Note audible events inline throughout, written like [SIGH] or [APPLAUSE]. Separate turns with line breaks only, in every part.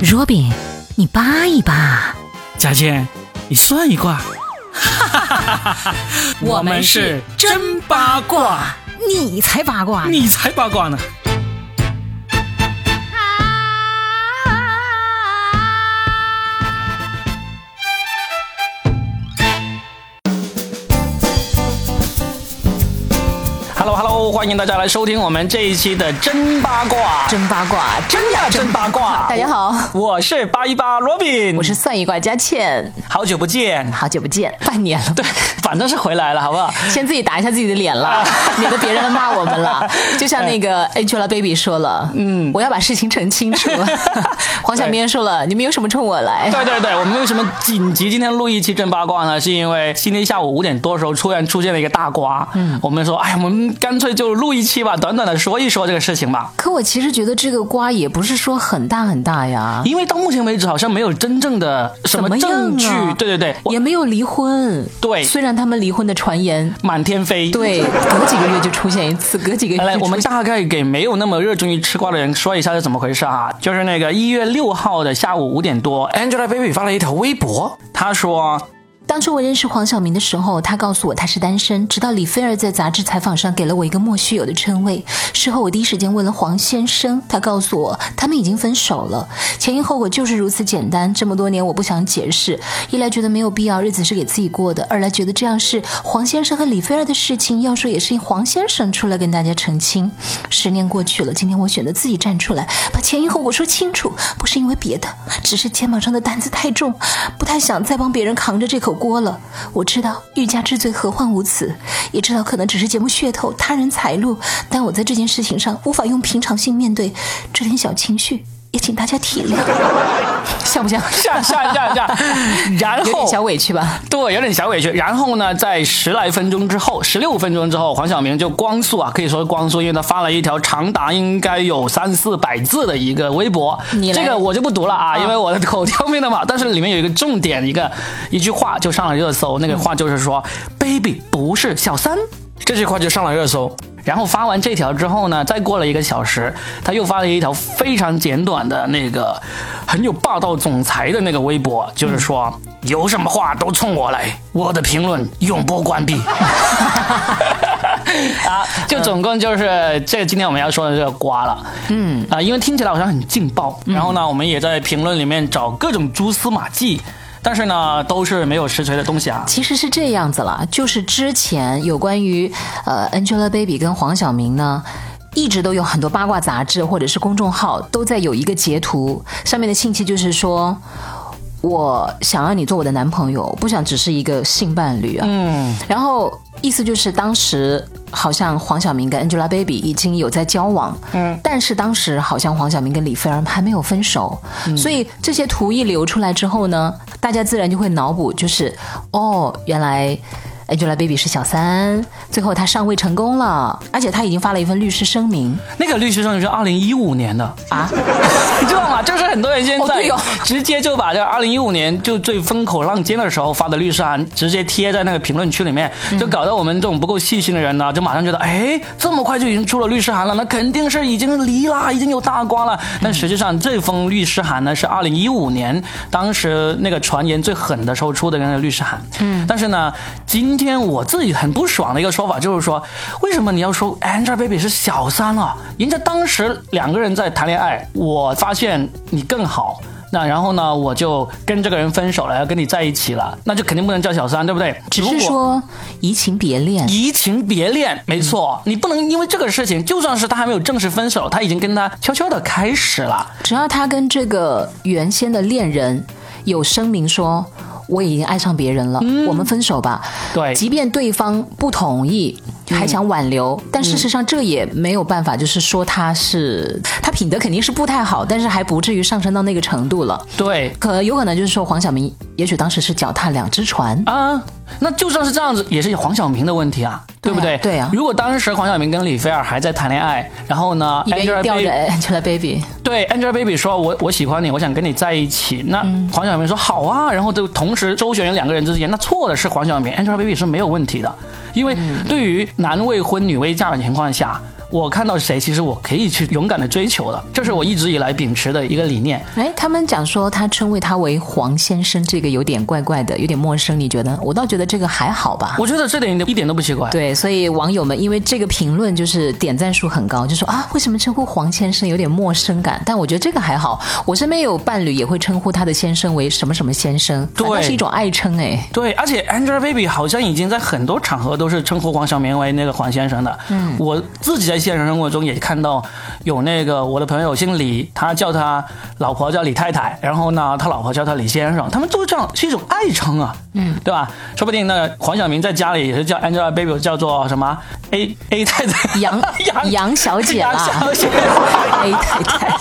Robin，你扒一扒。
佳倩，你算一卦。我们是真八卦，
你才八卦呢。
你才八卦呢。Hello Hello，欢迎大家来收听我们这一期的真八卦，
真八卦，
真呀真八卦。
大家好，
我是八一八 Robin，
我是算一卦佳倩，
好久不见。
好久不见，半年了。
对，反正是回来了，好不好？
先自己打一下自己的脸 [LAUGHS] 了，免得别人骂我们了。就像那个 Angelababy 说了，嗯，我要把事情澄清 [LAUGHS] 楚。黄晓明说了，你们有什么冲我
[LAUGHS]
来？
对对对，我们为什么紧急今天录一期真八卦呢？是因为今天下午五点多的时候，突然出现了一个大瓜。嗯，我们说，哎，我们干脆就录一期吧，短短的说一说这个事情吧。
可我其实觉得这个瓜也不是说很大很大呀，
因为到目前为止，好像没有真正的什么
怎么样
证
啊
据。对对对，我
也没有离婚。
对
虽然他们离婚的传言，
满天飞。。
对，隔几个月就出现一次，隔几个月
来来，
就
我们
出现
大概给没有那么热衷于吃瓜的人说一下是怎么回事啊？就是那个一月六号的下午五点多，Angelababy 发了一条微博，她说
当初我认识黄晓明的时候，他告诉我他是单身，直到李菲儿在杂志采访上给了我一个莫须有的称谓。事后我第一时间问了黄先生，他告诉我他们已经分手了，前因后果就是如此简单。这么多年我不想解释，一来觉得没有必要，日子是给自己过的；二来觉得这样是黄先生和李菲儿的事情，要说也是黄先生出来跟大家澄清。十年过去了，今天我选择自己站出来，把前因后果说清楚，不是因为别的，只是肩膀上的担子太重，不太想再帮别人扛着这口锅了。我知道欲加之罪，何患无辞，也知道可能只是节目噱头、他人财路，但我在这件事情上无法用平常心面对，这点小情绪也请大家体谅。像不像？
下下下
[LAUGHS]
下，然
有点
后
小委屈吧？
对，有点小委屈。然后呢，在十来分钟之后，十六分钟之后，黄晓明就光速啊，可以说是光速，因为他发了一条长达应该有三四百字的一个微博
你。来
这个我就不读了啊，因为我的口条没那么好。但是里面有一个重点，一个一句话就上了热搜，那个话就是说、b a b y 不是小三。”这句话就上了热搜。然后发完这条之后呢，再过了一个小时，他又发了一条非常简短的那个很有霸道总裁的那个微博，就是说、有什么话都冲我来，我的评论永不关闭。啊，就总共就是这个，今天我们要说的这个瓜了，嗯啊，因为听起来好像很劲爆，然后呢，我们也在评论里面找各种蛛丝马迹，但是呢，都是没有实锤的东西啊。
其实是这样子啦，就是之前有关于呃 Angelababy 跟黄晓明呢。一直都有很多八卦杂志或者是公众号都在有一个截图，上面的信息就是说，我想要你做我的男朋友，不想只是一个性伴侣啊。嗯，然后意思就是当时好像黄晓明跟 Angelababy 已经有在交往，嗯，但是当时好像黄晓明跟李菲儿还没有分手，所以这些图一流出来之后呢，大家自然就会脑补，就是哦，原来。Angelababy 是小三，最后她上位成功了，而且她已经发了一份律师声明，
那个律师证是二零一五年的啊， [LAUGHS] 你知道吗？就是很多人现
哦
在
对哦
[LAUGHS] 直接就把这二零一五年就最风口浪尖的时候发的律师函直接贴在那个评论区里面，就搞得我们这种不够细心的人呢，就马上觉得，哎，这么快就已经出了律师函了，那肯定是已经离啦，已经有大瓜了。但实际上，这封律师函呢是二零一五年当时那个传言最狠的时候出的那个律师函。嗯，但是呢，今天我自己很不爽的一个说法就是说，为什么你要说 Angelababy 是小三啊？人家当时两个人在谈恋爱，我发现你更好。那然后呢，我就跟这个人分手了，要跟你在一起了，那就肯定不能叫小三，对不对？
只
如果
是说移情别恋。
移情别恋，没错，你不能因为这个事情，就算是他还没有正式分手，他已经跟他悄悄的开始了。
只要他跟这个原先的恋人有声明说。我已经爱上别人了，我们分手吧。
对
即便对方不同意，还想挽留，但事实上这也没有办法，就是说他是他品德肯定是不太好，但是还不至于上升到那个程度了。
对
可有可能就是说黄晓明，也许当时是脚踏两只船，
啊，那就算是这样子，也是黄晓明的问题啊，对不
对
对？
啊对啊
如果当时黄晓明跟李菲儿还在谈恋爱，然后呢
一边
，Angelababy
吊着 Angelababy，
对 Angelababy 说我我喜欢你，我想跟你在一起。那黄晓明说好啊，然后就同时周旋于两个人之间。那错的是黄晓明，Angelababy 是没有问题的，因为对于男未婚女未嫁的情况下。我看到谁，其实我可以去勇敢的追求的，这是我一直以来秉持的一个理念。
哎，他们讲说他称谓他为黄先生，这个有点怪怪的，有点陌生。你觉得？我倒觉得这个还好吧。
我觉得这点一点都不奇怪。
对，所以网友们因为这个评论就是点赞数很高，就说啊，为什么称呼黄先生有点陌生感？但我觉得这个还好。我身边有伴侣也会称呼他的先生为什么什么先生，反倒
对
是一种爱
[LAUGHS]
称哎。
对，而且 Angelababy 好像已经在很多场合都是称呼黄晓明为那个黄先生的。嗯，我自己在现实生活中也看到有那个我的朋友姓李，他叫他老婆叫李太太，然后呢，他老婆叫他李先生，他们都这样是一种爱称啊。嗯，对吧？说不定那黄晓明在家里也是叫 Angelababy 叫做什么 A A 太太
杨
[LAUGHS] 杨
杨小姐
杨
啦
小
[LAUGHS]
姐。
哎，太太。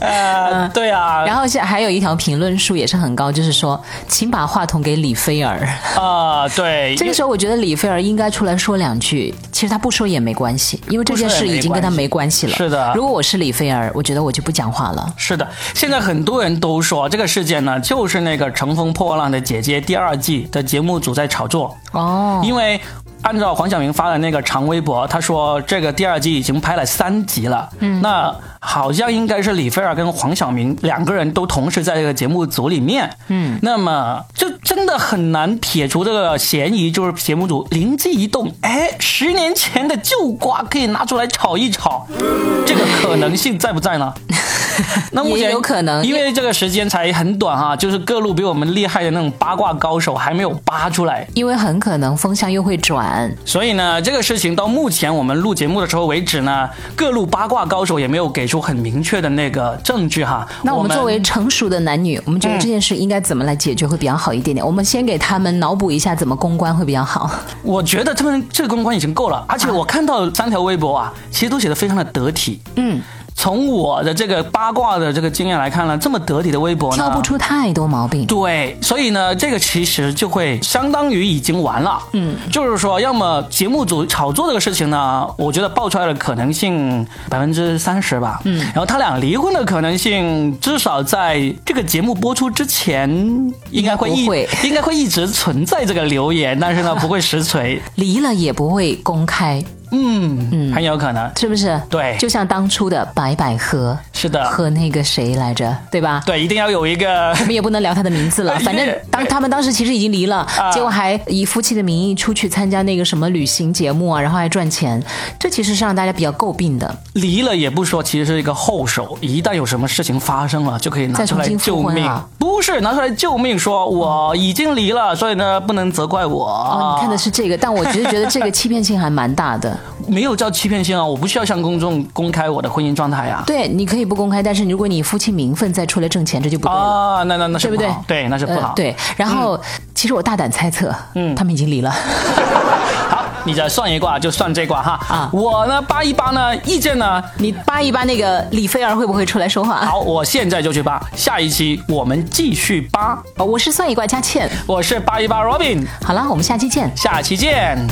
呃，对啊，
嗯然后现还有一条评论数也是很高，就是说，请把话筒给李
[LAUGHS]
菲儿。
啊、对，
这个时候，我觉得李菲儿应该出来说两句。其实她不说也没关系，因为这件事已经跟她没关系了。
不说也没关系是的
如果我是李菲儿，我觉得我就不讲话了。
是的，现在很多人都说这个事件呢，就是那个《乘风破浪的姐姐》第二季的节目组在炒作，
哦，
因为按照黄晓明发的那个长微博，他说这个第二季已经拍了三集了，嗯，那好像应该是李菲儿跟黄晓明两个人都同时在这个节目组里面，嗯，那么就真的很难撇除这个嫌疑，就是节目组灵机一动，哎，十年前的旧瓜可以拿出来炒一炒，这个可能性在不在
[LAUGHS]
呢？那目前
也有可能
因为这个时间才很短哈、就是各路比我们厉害的那种八卦高手还没有扒出来，
因为很可能风向又会转。
所以呢，这个事情到目前我们录节目的时候为止呢，各路八卦高手也没有给出很明确的那个证据哈。
那我
们嗯
们作为成熟的男女，我们觉得这件事应该怎么来解决会比较好一点点？我们先给他们脑补一下怎么公关会比较好。
我觉得他们这个公关已经够了，而且
啊
我看到三条微博啊，其实都写的非常的得体。嗯，从我的这个八卦的这个经验来看呢，这么得体的微博呢，
挑不出太多毛病。
对，所以呢，这个其实就会相当于已经完了。嗯，就是说，要么节目组炒作这个事情呢，我觉得爆出来的可能性百分之三十吧。嗯，然后他俩离婚的可能性，至少在这个节目播出之前，应该会一
应该不会
应该会一直存在这个留言，但是呢，不会实锤。
离了也不会公开，
嗯嗯，很有可能。
是不是？
对
就像当初的白百合
是的，
和那个谁来着，对吧？
对，一定要有一个
我们也不能聊他的名
[LAUGHS]
字了，反正当他们当时其实已经离了，
啊
结果还以夫妻的名义出去参加那个什么旅行节目啊，然后还赚钱，这其实是让大家比较诟病的。
离了也不说，其实是一个后手。一旦有什么事情发生了，就可以拿
再
出
重
来
新
救
复婚
命
啊。
不是拿出来救命说，我已经离了，所以呢不能责怪我。
哦，你看的是这个，但我其实觉得这个欺骗性还蛮
[LAUGHS]
大的。
没有叫欺骗性啊，我不需要向公众公开我的婚姻状态啊呀、
对，你可以不公开，但是如果你夫妻名分再出来挣钱，这就不对了。
啊。那那那是
对不
不
对
好，对，那是不好。嗯
呃、，对，然后、其实我大胆猜测，嗯，他们已经离
[LAUGHS]
了。
好，你再算一卦就算这卦哈。
啊
我呢扒一扒呢，意见呢。
你扒一扒那个李菲儿会不会出来说话？
好，我现在就去扒。下一期我们继续扒。
哦我是算一卦佳倩。
我是扒一扒 Robin，
好了，我们下期见。
下期见。